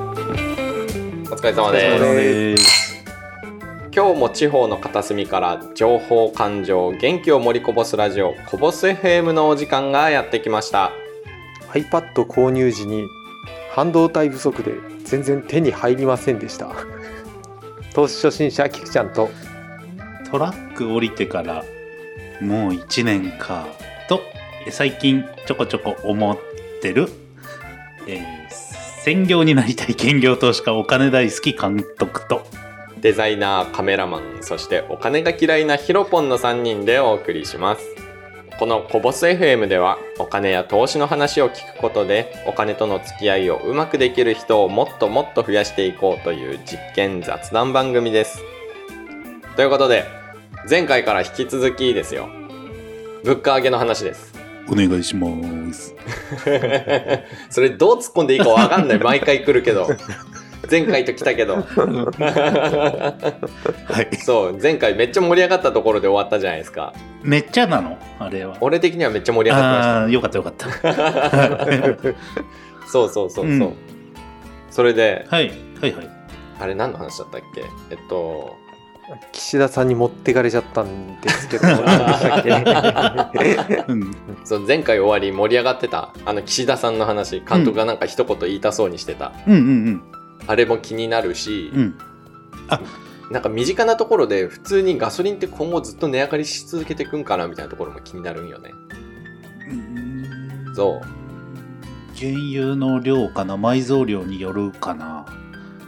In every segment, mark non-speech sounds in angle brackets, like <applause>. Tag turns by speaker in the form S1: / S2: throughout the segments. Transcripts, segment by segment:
S1: お疲れ様です今日も地方の片隅から情報感情元気を盛りこぼすラジオこぼす FM のお時間がやってきました
S2: iPad 購入時に半導体不足で全然手に入りませんでした投資初心者キクちゃんと
S3: トラック降りてからもう1年かとえ最近ちょこちょこ思ってる、えー専業になりたい兼業投資家お金大好き監督と
S1: デザイナーカメラマンそしてお金が嫌いなヒロポンの3人でお送りしますこのこぼす FM ではお金や投資の話を聞くことでお金との付き合いをうまくできる人をもっともっと増やしていこうという実験雑談番組ですということで前回から引き続きですよ物価上げの話です
S3: お願いします
S1: <laughs> それどう突っ込んでいいかわかんない毎回来るけど前回と来たけど <laughs>
S3: はい
S1: そう前回めっちゃ盛り上がったところで終わったじゃないですか
S3: めっちゃなのあれは
S1: 俺的にはめっちゃ盛り上がっ
S3: ああーよかったよかった
S1: てました <laughs> そうそうそうそう、
S3: うん
S1: それで
S3: はいはいはい
S1: あれ何の話だったっけえっと
S2: 岸田さんに持ってかれちゃったんですけど何でしたっけ
S3: うん
S1: そう前回終わり盛り上がってたあの岸田さんの話監督がなんか一言言いたそうにしてた、
S3: うんうん
S1: あれも気になるし、
S3: うんうん
S1: なんか身近なところで普通にガソリンって今後ずっと値上がりし続けていくんかなみたいなところも気になるんよね
S3: うん
S1: そう
S3: 原油の量かな埋蔵量によるかな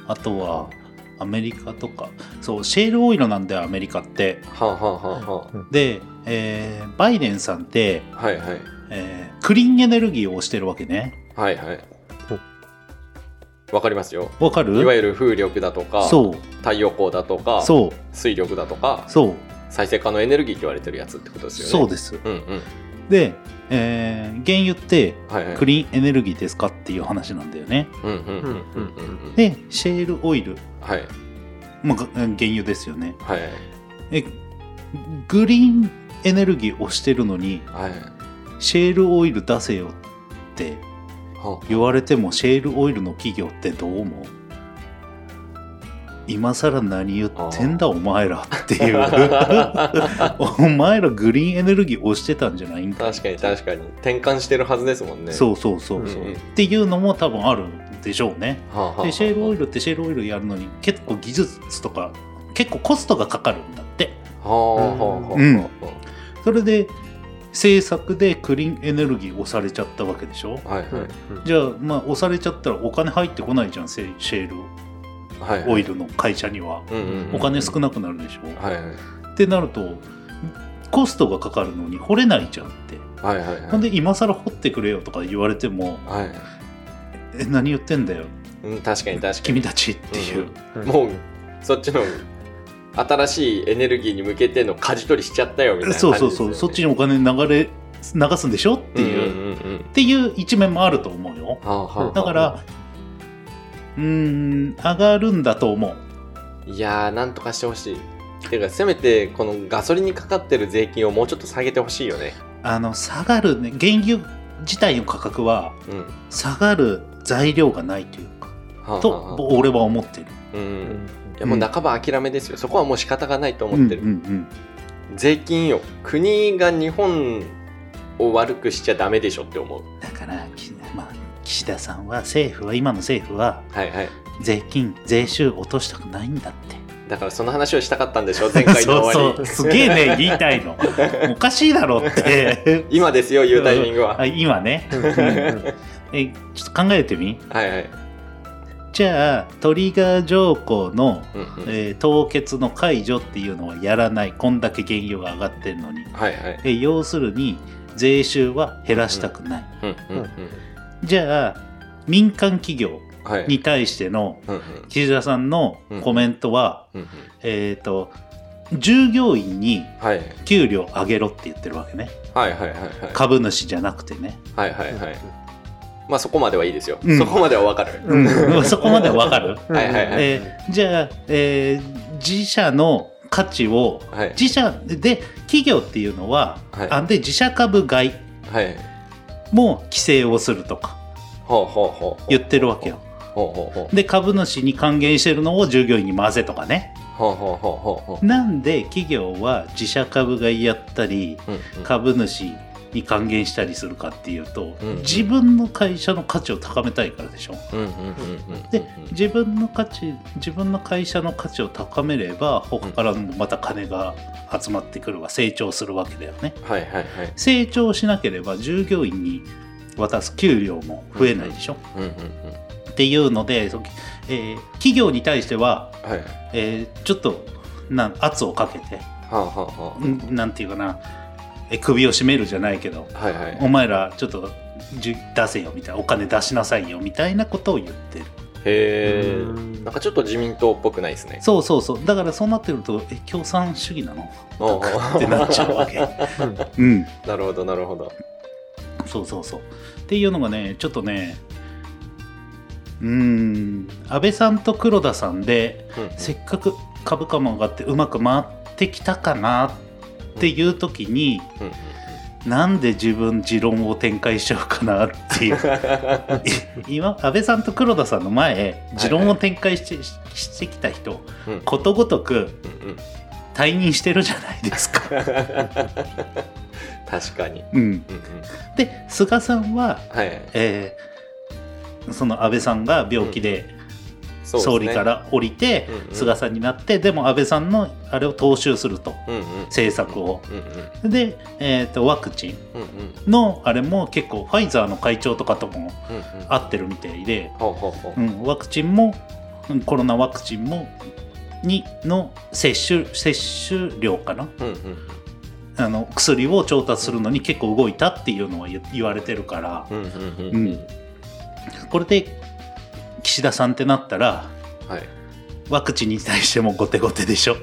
S3: あとはアメリカとかそうシェールオイルなんだよアメリカって
S1: はあはあはあは
S3: で、えーバイデンさんって、
S1: あはいはい
S3: えークリーンエネルギーを推してるわけね
S1: はいはいわかりますよ
S3: わかる
S1: いわゆる風力だとか
S3: そう
S1: 太陽光だとか
S3: そう
S1: 水力だとか
S3: そう
S1: 再生可能エネルギーって言われてるやつってことですよね
S3: そうです
S1: うんうん
S3: で、えー原油って
S1: はいはい
S3: クリーンエネルギーですかっていう話なんだよね
S1: うんうんうんうんうんうん
S3: でシェールオイル、
S1: はい
S3: まあ、が原油ですよね
S1: はい
S3: えグリーンエネルギーを推してるのに
S1: はい
S3: シェールオイル出せよって
S1: は
S3: 言われてもシェールオイルの企業ってどう思う今更何言ってんだお前らっていう
S1: <laughs>
S3: お前らグリーンエネルギー押してたんじゃないんか
S1: 確かに確かに転換してるはずですもんねう
S3: そうそうそうそう、
S1: うんうん
S3: っていうのも多分あるでしょうね
S1: はあはあはあ
S3: でシェールオイルってシェールオイルやるのに結構技術とか結構コストがかかるんだって
S1: はあはあはあはあ
S3: うんそれで政策でクリーンエネルギー押されちゃったわけでしょ
S1: はいはい
S3: じゃあまあ押されちゃったらお金入ってこないじゃんシェシェール
S1: はいはい
S3: オイルの会社には
S1: うんうんうん
S3: お金少なくなるでしょ、
S1: はいはい
S3: ってなるとコストがかかるのに掘れないじゃんって、
S1: はいはいはい
S3: ほんで今更掘ってくれよとか言われても
S1: はい
S3: え何言ってんだよ
S1: うん確かに確かに
S3: 君たちっていう、
S1: もうそっちの新しいエネルギーに向けての舵取りしちゃったよみたいな
S3: そうそうそう、そっちに
S1: っ
S3: お金流れ流すんでしょっていう、
S1: んうんうん
S3: っていう一面もあると思うよ
S1: はあはあはあ
S3: だからうーん上がるんだと思う
S1: いやーなんとかしてほしいてかせめてこのガソリンにかかってる税金をもうちょっと下げてほしいよね
S3: あの下がるね原油自体の価格は
S1: うん
S3: 下がる材料がないというか
S1: はあはあ
S3: と俺は思ってる
S1: うんうんいやもう半ば諦めですよそこはもう仕方がないと思ってる、
S3: うんうんうん
S1: 税金よ国が日本を悪くしちゃダメでしょって思う
S3: だから、きまあ、岸田さんは政府は今の政府は
S1: はいはい
S3: 税金税収落としたくないんだって
S1: だからその話をしたかったんでしょ前回の <laughs> 終わり
S3: そうそうすげえね言いた
S1: <laughs>
S3: いのおかしいだろって
S1: 今ですよ言うタイミング <laughs> は、
S3: あ今ねえちょっと考えてみ
S1: はいはい
S3: じゃあトリガー条項の、
S1: うんうん
S3: えー凍結の解除っていうのはやらないこんだけ原油が上がってるのに
S1: はいはい。
S3: え要するに税収は減らしたくない、
S1: うんうんうん。
S3: じゃあ民間企業
S1: はい。
S3: に対しての
S1: うんうん
S3: 岸田さんのコメントは、
S1: うんうん。
S3: えっ、と従業員に
S1: はい
S3: 給料上げろって言ってるわけね
S1: はいはいはいはい。
S3: 株主じゃなくてね、
S1: はいはいはい。まあそこまではいいですよ。
S3: うん
S1: そこまではわかる。
S3: そこまではわかる、
S1: はいはいはい。
S3: えーじゃあ、えー自社の価値を
S1: はい
S3: 自社で企業っていうのは、
S1: はい
S3: あで自社株買い
S1: はい。
S3: も規制をするとか
S1: はほうほうほう
S3: 言ってるわけよ
S1: ほうほうほう
S3: で株主に還元してるのを従業員に回せとかね
S1: ほうほうほうほうほう
S3: なんで企業は自社株買いやったり
S1: うんうん
S3: 株主に還元したりするかっていうと、
S1: うん
S3: 自分の会社の価値を高めたいからでしょ
S1: うんうんうんうん
S3: で自分の価値自分の会社の価値を高めれば他からもまた金が集まってくるわ成長するわけだよね
S1: はいはいはい
S3: 成長しなければ従業員に渡す給料も増えないでしょ、
S1: うんうんうん
S3: っていうので、そえー企業に対しては、
S1: はいは
S3: えーちょっとなん圧をかけて
S1: あはあは
S3: んなんていうかなえ首を絞めるじゃないけど
S1: あはいはい
S3: お前らちょっとじゅ出せよみたいなお金出しなさいよみたいなことを言ってる
S1: へ
S2: う
S1: え
S2: ん
S1: なんかちょっと自民党っぽくないですね
S3: そうそうそうだからそうなってるとえ共産主義なの
S1: おう
S3: ってなっちゃうわけうん
S1: <laughs> なるほどなるほど
S3: そうそうそうっていうのがねちょっとねうーん安倍さんと黒田さんで
S1: うんうん
S3: せっかく株価も上がってうまく回ってきたかなっていう時に
S1: うんうん
S3: なんで自分持論を展開しちゃうかなって
S1: <laughs>
S3: いうい今安倍さんと黒田さんの前持論を展開して,し、してきた人
S1: うん
S3: ことごとく
S1: うんうん
S3: 退任してるじゃないで
S1: <laughs>
S3: すか。
S1: 確かに
S3: うん、
S1: うんうん
S3: で菅さんは、
S1: はいはい
S3: えーその安倍さんが病気で
S1: そうですね
S3: 総理から降りて、
S1: うんうん
S3: 菅さんになってでも安倍さんのあれを踏襲すると
S1: うんうん
S3: 政策を。
S1: うんうん
S3: で、えーとワクチン
S1: うんうん
S3: のあれも結構ファイザーの会長とかとも
S1: うんうん
S3: 合ってるみたいで、
S1: ほうほうほう
S3: うん、ワクチンもうんコロナワクチンもにの接種接種量かな
S1: うんうん
S3: あの薬を調達するのに結構動いたっていうのは言言われてるから
S1: うんうんうんうん
S3: これで岸田さんってなったら
S1: はい <laughs>
S3: ワクチンに対しても後手後手でしょち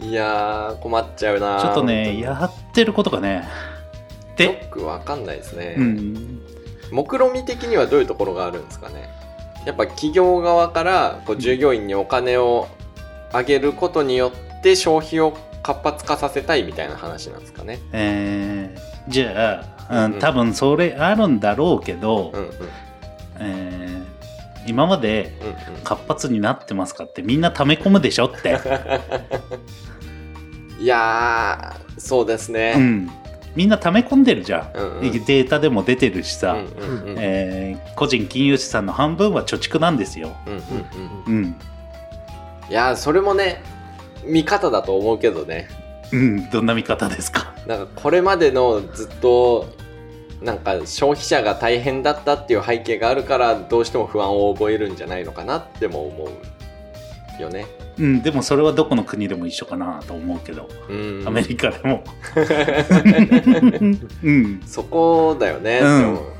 S1: いやー困っちゃうなー
S3: ょっと
S1: 本当
S3: ね
S1: に
S3: やってることがね
S1: よ
S3: で、
S1: くわかんないですね、
S3: うん、
S1: 目論見的にはどういうところがあるんですかねやっぱ企業側からこう従業員にお金をあげることによって消費を活発化させたいみたいな話なんですかね
S3: えーじゃあ、う
S1: うん
S3: ん、多分それあるんだろうけど、
S1: うんうんうん
S3: えー今まで
S1: うん
S3: 活発になってますかってみんな溜め込むでしょって、
S1: <laughs> いやー <laughs> そうです
S3: う
S1: ね、
S3: ん、みんな溜め込んでるじゃん、
S1: うんうん
S3: データでも出てるしさ、
S1: うんうんうんうん
S3: えー個人金融資産の半分は貯蓄なんですよ、
S1: うんうん
S3: うん
S1: いやーそれもね見方だと思うけどね
S3: うん、どんな見方ですか、
S1: なんかこれまでのずっとなんか消費者が大変だったっていう背景があるからどうしても不安を覚えるんじゃないのかなっても思うよね。
S3: うん、でもそれはどこの国でも一緒かなと思うけど
S1: うん
S3: アメリカで
S1: <laughs>
S3: も、うん、
S1: そこだよね。
S3: うん
S1: でも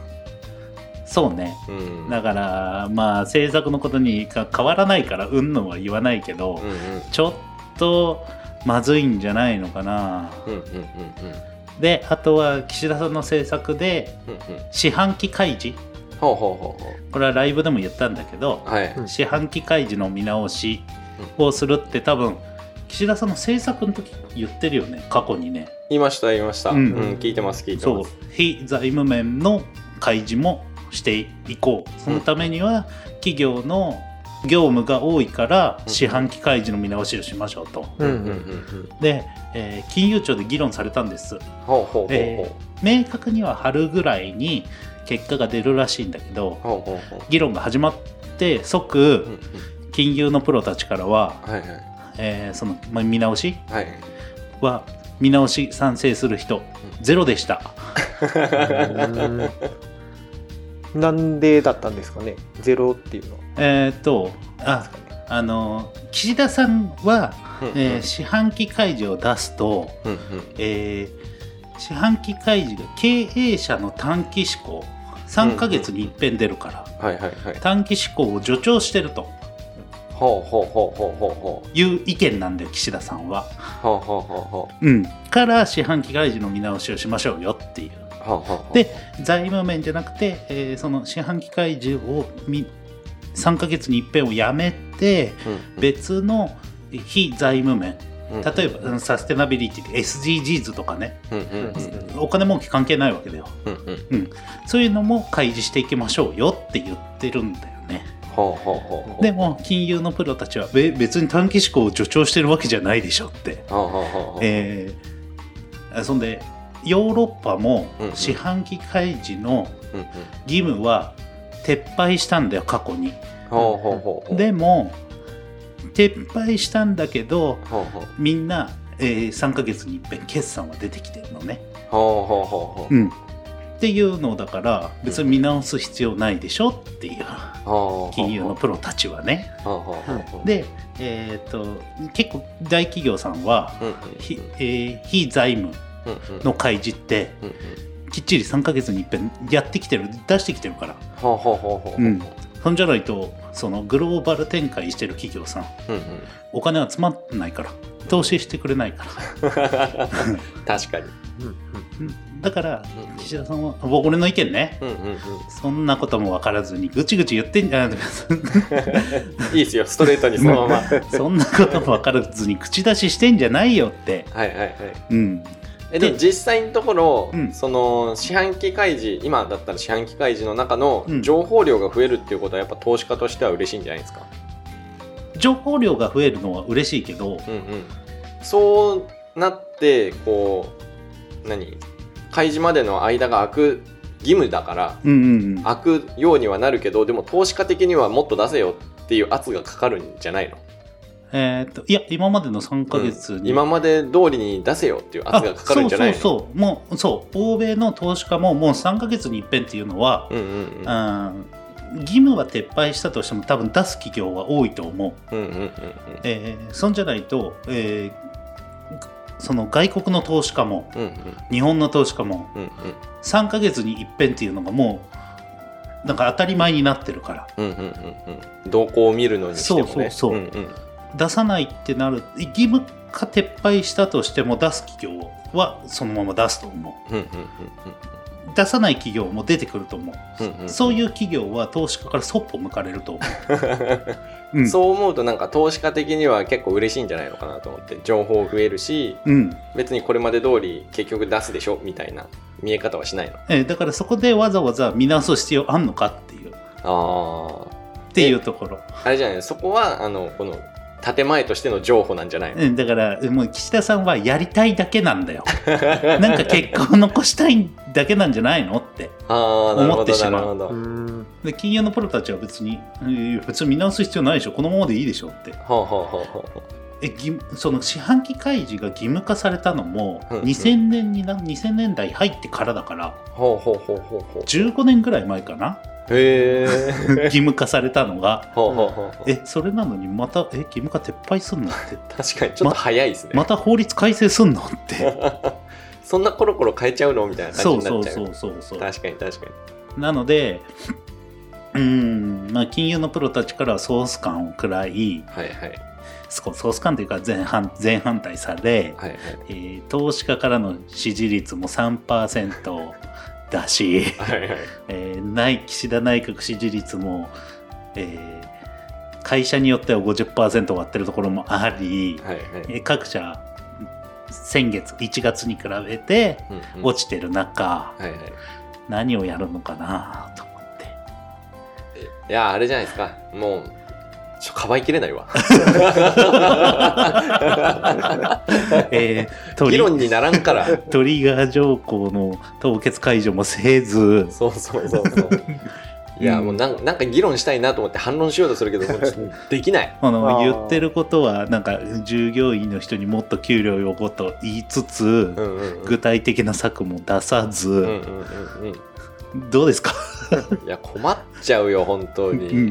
S3: そうね
S1: うん
S3: だからまあ政策のことにか変わらないからうんのは言わないけど、
S1: うんうん
S3: ちょっとまずいんじゃないのかな
S1: うんうんうん
S3: であとは岸田さんの政策で
S1: うんうんうん
S3: 四半期開示
S1: ほうほうほうほ
S3: これはライブでも言ったんだけど
S1: う。はい。
S3: 四半期開示の見直しをするって多分岸田さんの政策の時言ってるよね過去にね
S1: 言いました言いました。う
S3: うんん、
S1: 聞いてます聞いて
S3: そ
S1: ま
S3: う
S1: す。
S3: 非財務面の開示もしていこうそのためには企業の業務が多いから
S1: うん
S3: 四半期開示の見直しをしましょうと、
S2: うん
S1: うんうんうん。
S3: で、えー金融庁で議論されたんです
S1: ほうほうほうほう。
S3: え明確には春ぐらいに結果が出るらしいんだけど
S1: ほうほうほう。
S3: 議論が始まって
S1: うんう
S3: 即
S1: ん
S3: 金融のプロたちからは、
S1: はいはい
S3: えーそのま見直し
S1: はい。
S3: は見直し賛成する人ゼロでした
S2: うんなんでだったんですかねゼロっていうのは
S3: えーっとああの岸田さんは、
S1: うん
S3: えー四半期開示を出すと、
S1: うんうん
S3: えー四半期開示が経営者の短期志向3ヶ月に一遍出るから、
S1: はいはいはい。
S3: 短期志向を助長してると
S1: ほうほうほうほうほうほう。
S3: いう意見なんだよ岸田さんは。
S1: ほうほうほうほう。
S3: うん、から四半期開示の見直しをしましょうよっていう。
S1: ほうほうほう
S3: で財務面じゃなくて、えーその四半期開示をみ3ヶ月に一遍をやめて
S1: うんうん
S3: 別の非財務面
S1: うん
S3: 例えばうんサステナビリティで SDGs とかね
S1: うんうんうん
S2: うん
S3: お金儲け関係ないわけだよ
S1: うんうん
S3: そういうのも開示していきましょうよって言ってるんだよね
S1: ほうほうほうほう
S3: でも金融のプロたちはべ別に短期思考を助長してるわけじゃないでしょって
S1: ほうほうほうほう
S3: えーそんでヨーロッパも
S1: うんうん
S3: 四半期開示の
S1: うんうん
S3: 義務は撤廃したんだよ過去に
S1: ほうほうほうほう
S3: でも撤廃したんだけど
S1: ほうほう
S3: みんな、え3ヶ月に一遍決算は出てきてるのね、
S1: ほうほうほうほう
S3: うん、っていうのだから別に見直す必要ないでしょってい
S1: ほ
S3: う
S1: うほうほう
S3: 金融のプロたちはね
S1: ほうほうほうほう
S3: で、えー、と結構大企業さんは
S1: うんうん
S3: 非,、えー非財務
S1: うんうん
S3: の開示って
S1: うんうん
S3: きっちり3ヶ月に一遍やってきてる出してきてるから
S1: ほうほうほうほうほう
S3: うんそんじゃないとそのグローバル展開してる企業さん
S1: うんうん
S3: お金は集まんないから投資してくれないから
S1: <laughs> 確かに
S3: うんだから
S1: うん
S3: 岸田さんは僕俺の意見ね
S1: うんうんうん
S3: そんなことも分からずにぐちぐち言ってんじゃん
S1: いいですよストレートにそのままはい
S3: <laughs> そんなことも分からずに口出ししてんじゃないよって
S1: はいはい
S3: うん
S1: えでも
S3: で
S1: 実際のところ、
S3: うん
S1: その四半期開示今だったら四半期開示の中の
S3: うん
S1: 情報量が増えるっていうことはやっぱ投資家としては嬉しいんじゃないですか、
S3: 情報量が増えるのは嬉しいけど
S1: うんうん、そうなってこう何開示までの間が空く義務だから
S3: うんうんうん
S1: 空くようにはなるけどでも投資家的にはもっと出せよっていう圧がかかるんじゃないの
S3: えーっといや今までの3ヶ月
S1: うん
S3: に
S1: 今まで通りに出せよっていう圧がかかるんじゃないの
S3: あそうそうそうもうそう欧米の投資家ももう3ヶ月に一遍っていうのは、
S1: うんうんうん
S3: うん義務は撤廃したとしても多分出す企業は多いと思う、
S1: うんうんうんうん
S3: えーそんじゃないと、えーその外国の投資家も
S1: うん
S3: 日本の投資家も
S1: うん
S3: 3ヶ月に一遍っていうのがもうなんか当たり前になってるから
S1: うんうんうんうんうん動向を見るのにしてもね
S3: そうそうそうん
S1: ん
S3: 出さないってなる義務化撤廃したとしても出す企業はそのまま出すと思う
S1: うんうん
S3: 出さない企業も出てくると思う
S1: うんうんうん
S3: そういう企業は投資家からそっぽ向かれると思
S1: <laughs>
S3: う。うん、
S1: そう思うとなんか投資家的には結構嬉しいんじゃないのかなと思って情報増えるし
S3: うん
S1: 別にこれまで通り結局出すでしょみたいな見え方はしないの
S3: えーだからそこでわざわざ見直す必要あんのかっていう、
S1: あ
S3: っていうところ。
S1: ああれじゃないそこはあのこの建前としての譲歩なんじゃないの
S3: うんだから、もう岸田さんはやりたいだけなんだよ。 <laughs> なんか結果を残したいだけなんじゃないのって。
S1: ああなる
S3: 思
S1: ほ
S3: って
S1: どな
S3: し
S1: る
S3: ま
S1: ほ
S2: う
S1: ど
S2: ん
S3: で、金融のプロたちは別に、えー別に見直す必要ないでしょ。このままでいいでしょって。
S1: ほうほうほうほうほ
S3: え義その四半期開示が義務化されたのも、
S1: うんうん
S3: 2000年にな、2000年代入ってからだから、
S1: うほうほうほうほうほ
S3: 15年ぐらい前かな。 <laughs>
S1: うへえ
S3: 義務化されたのが。
S1: ほうほうほうほう
S3: えそれなのにまたえ義務化撤廃すんのって
S1: 確かにちょっと早いですね、
S3: また法律改正すんのって
S1: <laughs> そんなコロコロ変えちゃうのみたいな感
S3: そう
S1: じにな
S3: そ
S1: っ
S3: う
S1: ちゃう
S3: そうそうそう
S1: 確かに確かに
S3: なのでうーんまあ金融のプロたちからはソース感を食らい
S1: はいはい
S3: そソース感というか全反全反対され、
S1: はいはい
S3: えー投資家からの支持率も3%だし、 <laughs>
S1: はいはい
S3: えーない岸田内閣支持率も、えー会社によっては50%割ってるところもあり、
S1: はいはい
S3: えー各社先月1月に比べて
S1: うんうん
S3: 落ちてる中、
S1: はいはい
S3: 何をやるのかなと思って
S1: いやあれじゃないですかもうちょかばいきれないわ
S3: えート
S1: 議
S3: リ
S1: 論にならんから
S3: トリガー条項の凍結解除もせず
S1: そうそうそうそういやもうなんなんか議論したいなと思って反論しようとするけどもうちょっとできない
S3: あの
S2: あー
S3: 言ってることはなんか従業員の人にもっと給料よこと言いつつ、
S1: うんうんうん
S3: 具体的な策も出さず、
S1: うんうんうんう
S3: どうですか、
S1: んいや困っちゃうよ本当
S3: う
S1: に、
S3: ん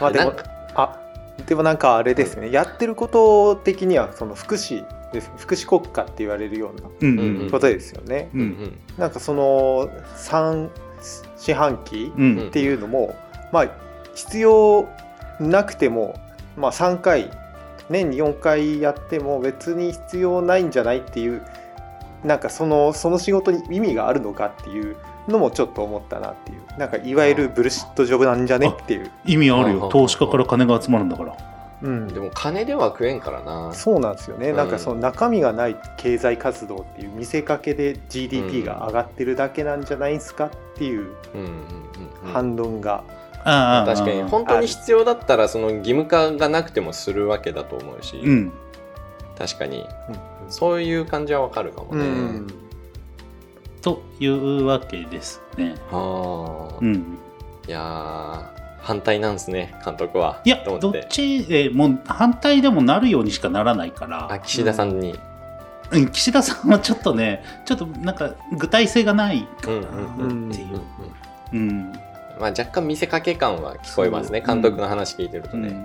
S2: まあで
S1: な
S2: も
S1: んか
S2: あでもなんかあれですねやってること的にはその福祉です福祉国家って言われるような
S3: うん
S1: うんうん
S2: ことですよね、
S3: う
S1: うんん
S2: なんかその3四半期
S3: うんうん
S2: っていうのも、まあ必要なくても、まあ、3回年に4回やっても別に必要ないんじゃないっていうなんかそのその仕事に意味があるのかっていうのもちょっと思ったなっていうなんかいわゆるブルシットジョブなんじゃねっていう、
S3: 意味ある
S1: あ
S3: よ
S1: あ
S3: 投資家から金が集まるんだから
S2: うん
S1: でも金では食えんからな
S2: そうなんですよね、
S1: うん
S2: なんかその中身がない経済活動っていう見せかけで GDP が上がってるだけなんじゃないですかっていう
S1: うんうんうんうん
S2: 反論が、
S3: ああ
S1: 確かに本当に必要だったらその義務化がなくてもするわけだと思うし、
S3: うん
S1: 確かにそういう感じはわかるかも
S2: うん
S1: ね、
S3: というわけですね
S1: ああ、
S3: うん
S1: いやー反対なんですね監督はい
S3: や
S1: と
S3: ど
S1: 思
S3: っ
S1: って
S3: ちでも反対でもなるようにしかならないか
S1: あ
S3: ら、
S1: 岸田さんに、
S3: うん、岸田さんはちょっとねちょっとなんか具体性がないか
S1: うん
S3: なっていううん
S1: うん
S3: うん
S1: まあ、若干見せかけ感は聞こえますね
S3: そう
S1: 監督の話聞いてるとね、
S3: う
S1: うん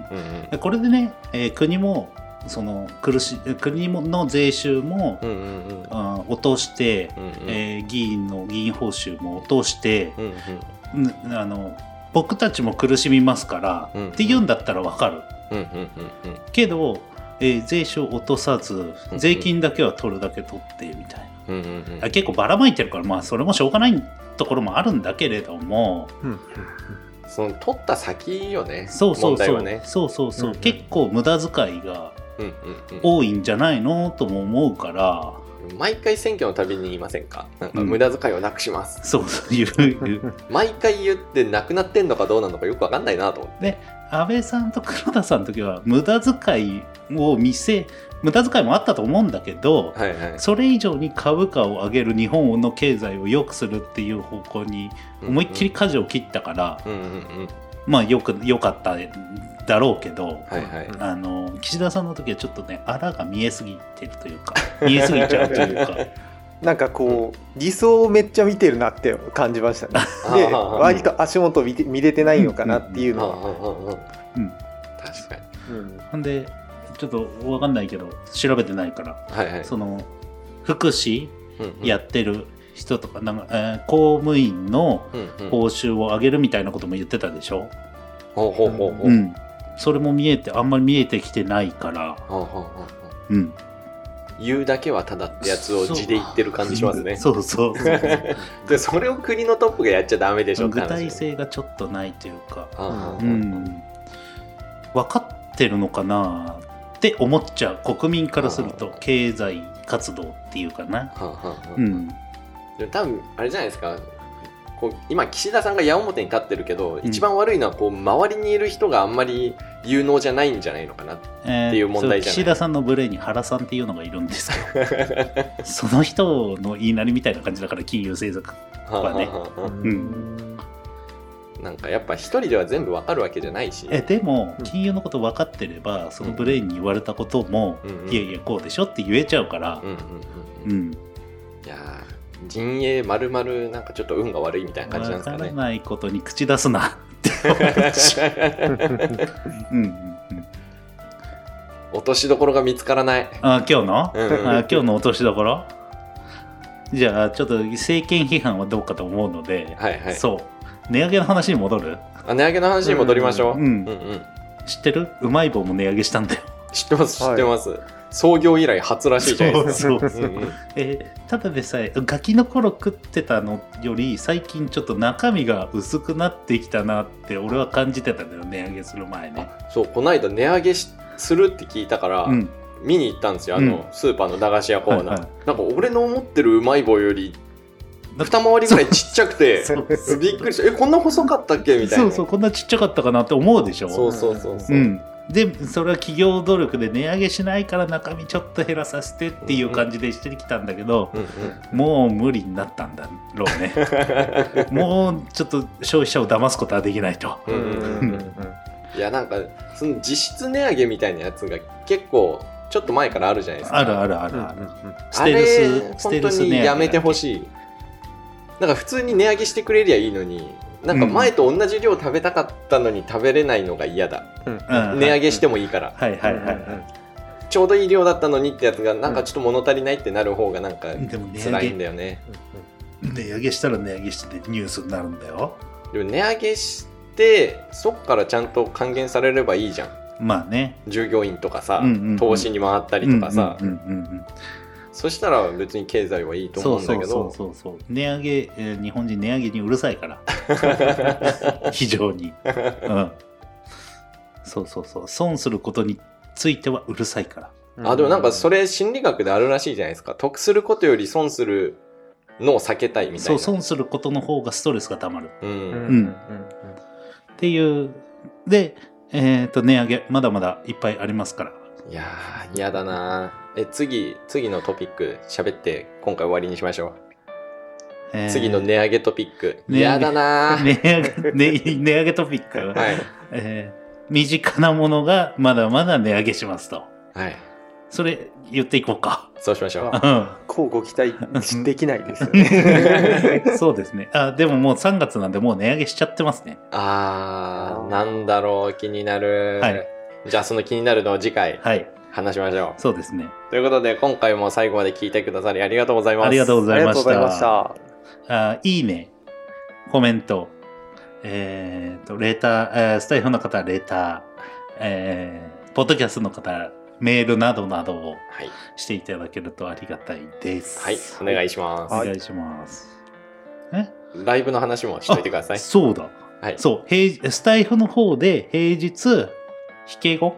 S1: うん
S3: でこれでね、えー国もその苦し国もの税収も、
S1: うんうんうん
S3: あー落として、
S1: うんうん
S3: えー議員の議員報酬も落として
S1: う、んうん
S3: うんあの僕たちも苦しみますから、
S1: うん
S3: って言うんだったらわかる
S1: うんうんうん
S3: けど、えー税収を落とさず
S1: うん
S3: 税金だけは取るだけ取ってみたいな、
S1: うんうんうんうん
S3: あ結構ばらまいてるからまあそれもしょうがないところもあるんだけれども
S2: うん
S1: その取った先よね
S3: そうそう
S1: 問題
S3: そ
S1: は
S3: う、
S1: ね
S3: そうそうそう、
S2: うんうん
S3: 結構無駄遣いが
S1: うんうんうん
S3: 多いんじゃないのとも思うから。
S1: 毎回選挙のたびに言いませんかなんか無駄遣いをなくします、
S3: そうそういう
S1: 毎回言ってなくなってんのかどうなのかよくわかんないなと思って
S3: <laughs> 安倍さんと黒田さんの時は無駄遣いを見せ無駄遣いもあったと思うんだけど
S1: はいはい
S3: それ以上に株価を上げる日本の経済を良くするっていう方向に思いっきり舵を切ったから、
S1: うんうんうん
S3: まあよく良かっただろうけど、
S1: はいはい
S3: あの岸田さんの時はちょっとねあらが見えすぎてるというか見えすぎちゃうというか
S2: なんかこう理想をめっちゃ見てるなって感じましたねで
S1: あー
S2: 割と足元見て見れてないのかなっていう
S1: あ
S2: のは、
S1: あ
S3: うん
S1: 確かに
S2: うん
S3: ほんでちょっと分かんないけど調べてないから
S1: はいはい
S3: その福祉
S1: うんうん
S3: やってる人とかなんか、えー公務員の
S1: うんうん
S3: 報酬を上げるみたいなことも言ってたでしょ、
S1: ほうほうほうほう
S3: うん、それも見えてあんまり見えてきてないから、
S1: ほうほうほうほう
S3: うん、
S1: 言うだけはただってやつを字で言ってる感じしますね。
S3: そうそうそ
S1: <laughs>
S3: う
S1: でそれを国のトップがやっちゃダメでしょって
S3: 具
S1: 話
S3: 体性がちょっとないというか、
S1: ああ
S3: うん、分かってるのかなって思っちゃう国民からすると
S1: あー
S3: 経済活動っていうかな、
S1: はあはあはあ
S3: うん、
S1: でも多分あれじゃないですかこう今岸田さんが矢面に立ってるけど、
S3: ん
S1: 一番悪いのはこう周りにいる人があんまり有能じゃないんじゃないのかな
S3: えー
S1: っていう問題じゃない
S3: そ岸田さんのブレに原さんっていうのがいるんですけ
S1: <laughs>
S3: どその人の言いなりみたいな感じだから金融政策
S1: はあはあ
S3: ね
S1: はあ
S2: うん
S1: なんかやっぱ一人では全部わかるわけじゃないし
S3: えでも
S2: うん
S3: 金融のこと分かってればそのブレインに言われたことも、
S1: うん
S3: いやいやこうでしょって言えちゃうから
S1: うんうんう
S3: うん
S1: うん
S3: ん、
S1: いやー陣営まるまるなんかちょっと運が悪いみたいな感じなん
S3: 分
S1: ですか
S3: から
S1: ね。
S3: ないことに口出すな
S1: <laughs>
S3: って思うしうんうんうん
S1: 落としどころが見つからない。
S3: あ今日の、
S1: うんうん
S3: あ今日の落としどころじゃあちょっと政権批判はどうかと思うので、
S1: はいはい。
S3: そう値上げの話に戻る
S1: あ値上げの話に戻りましょう。
S3: うんう
S1: う
S3: ん
S1: んうん
S3: 知ってるうまい棒も値上げしたんだよ
S1: 知ってます
S2: は
S1: 知
S2: い
S1: ってます、創業以来初らしいじゃないですか。
S3: そうそうそう
S1: うんうん
S3: えーただでさえガキの頃食ってたのより最近ちょっと中身が薄くなってきたなって俺は感じてたんだよ値上げする前ね。
S1: あそうこの間値上げしするって聞いたから、
S3: うん、
S1: 見に行ったんですよあの、スーパーの駄菓子屋コーナー、
S3: はいはい
S1: なんか俺の思ってるうまい棒より二回りぐらいちっちゃくて
S2: そう
S1: びっくりしたえこんな細かったっけみたいな
S3: そうそうこんなちっちゃかったかなって思うでしょ
S1: そうそうそうそう、
S3: ん、でそれは企業努力で値上げしないから中身ちょっと減らさせてっていう感じでしてきたんだけど、
S1: うんうん
S3: もう無理になったんだろう
S1: <laughs>
S3: ねもうちょっと消費者を騙すことはできないと。
S1: うんうん
S2: うん
S1: いやなんかその実質値上げみたいなやつが結構ちょっと前からあるじゃないですか
S3: あるあるあるある。ス
S1: あ
S3: テルス
S1: れ
S3: ス
S1: 本
S3: テ
S1: 当
S3: ルス値上
S1: に
S3: げだっけ
S1: やめてほしいなんか普通に値上げしてくれりゃいいのになんか前と同じ量食べたかったのに食べれないのが嫌だ、
S3: うん
S1: 値上げしてもいいから、
S3: はいはいはいはい。
S1: ちょうどいい量だったのにってやつがなんかちょっと物足りないってなる方がなんか
S3: でも値上
S1: 辛い
S3: げ
S1: んだよね
S3: 値上げしたら値上げしててニュースになるんだよ
S1: でも値上げしてそっからちゃんと還元されればいいじゃん
S3: まあね
S1: 従業員とかさ、
S3: うんうんうん
S1: 投資に回ったりとかさ、
S3: うんうんうんうん
S1: そしたら別に経済はいいと
S3: そ
S1: 思
S3: う
S1: うんだ
S3: そう
S1: け
S3: そう
S1: ど
S3: そうそう値上げ、えー日本人
S1: <laughs>
S3: 値上げにうるさいから非常に、うん、そうそうそう損することについてはうるさいから
S1: あでもなんかそ
S2: れ
S1: れ心理学であるらしいじゃないですか得することより損するのを避けたいみたいな
S3: そう損することの方がストレスがたまる
S1: う
S2: うん
S1: ん、
S2: うん
S3: っていうでえっ、と値上げまだまだいっぱいありますから
S1: いやー嫌だなえ次次のトピック喋って今回終わりにしましょ
S3: え
S1: う、
S3: ー
S1: 次の値上げトピック
S3: 値上げ
S1: 嫌だな
S3: <laughs>
S1: ー、
S3: 値上げ、 <laughs> 値値上げトピックは、
S1: はい
S3: えー身近なものがまだまだ値上げしますと。
S1: はい
S3: それ言っていこうか。
S1: そうしましょう
S2: あこうご期待できないですよ
S3: <laughs>
S2: ね。
S3: うんそうですね。あ、でももう3月なんでもう値上げしちゃってますね。
S1: あーなんだろう気になる、
S3: はい
S1: じゃあその気になるのを次回
S3: はい。
S1: 話しましょ
S3: そうですね。
S1: うということで今回も最後まで聞いてくださりありがとうございます
S3: ありがとうご
S2: あ
S3: ざ
S2: り
S3: い
S2: が
S3: ま
S2: とう
S3: し
S2: ござい
S3: た。
S2: ました。
S3: あいいね。コメント。えっ、と、レター、えースタイフの方、レター、えーポッドキャストの方、メールなどなどを
S1: はい、
S3: していただけるとありがたいです。
S1: はい、お願いします、
S3: お
S2: はい
S3: 願いします。
S1: ライブの話もしといてください
S3: そうだ。
S1: はい
S3: そう、平日スタイフの方で平日、引け語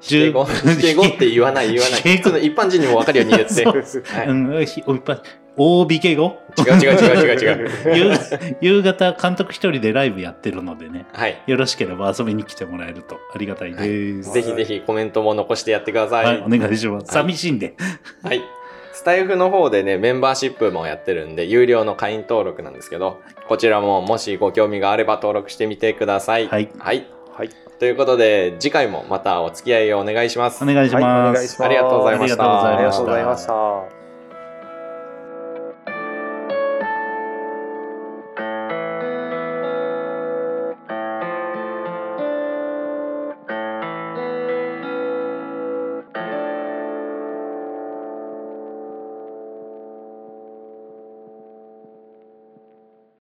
S1: 敬語敬語って言わ
S3: <laughs>
S1: ない言わない
S3: 敬語
S1: その一般人にも分かるように言って
S3: そう
S1: <laughs>
S2: <laughs>
S1: はい
S3: うん、ひおいっぱい大引け語
S1: 違う違う違う違う違う
S3: 夕夕方、監督一人でライブやってるのでね、
S1: はい
S3: よろしければ遊びに来てもらえるとありがたいです。
S1: ぜひぜひコメントも残してやってくださ
S3: はいい、お願いします。
S1: はい
S3: 寂しいんで。
S1: はい。スタイフの方でね、メンバーシップもやってるんで、有料の会員登録なんですけど、こちらももしご興味があれば登録してみてください。
S3: はい
S2: はい、
S1: ということで、次回もまたお付き合いをお願いします
S3: お。願いし
S2: はいお
S3: ま
S2: 願い
S3: す
S2: し。ます。
S1: ありがとうございました
S2: ありがとうございました。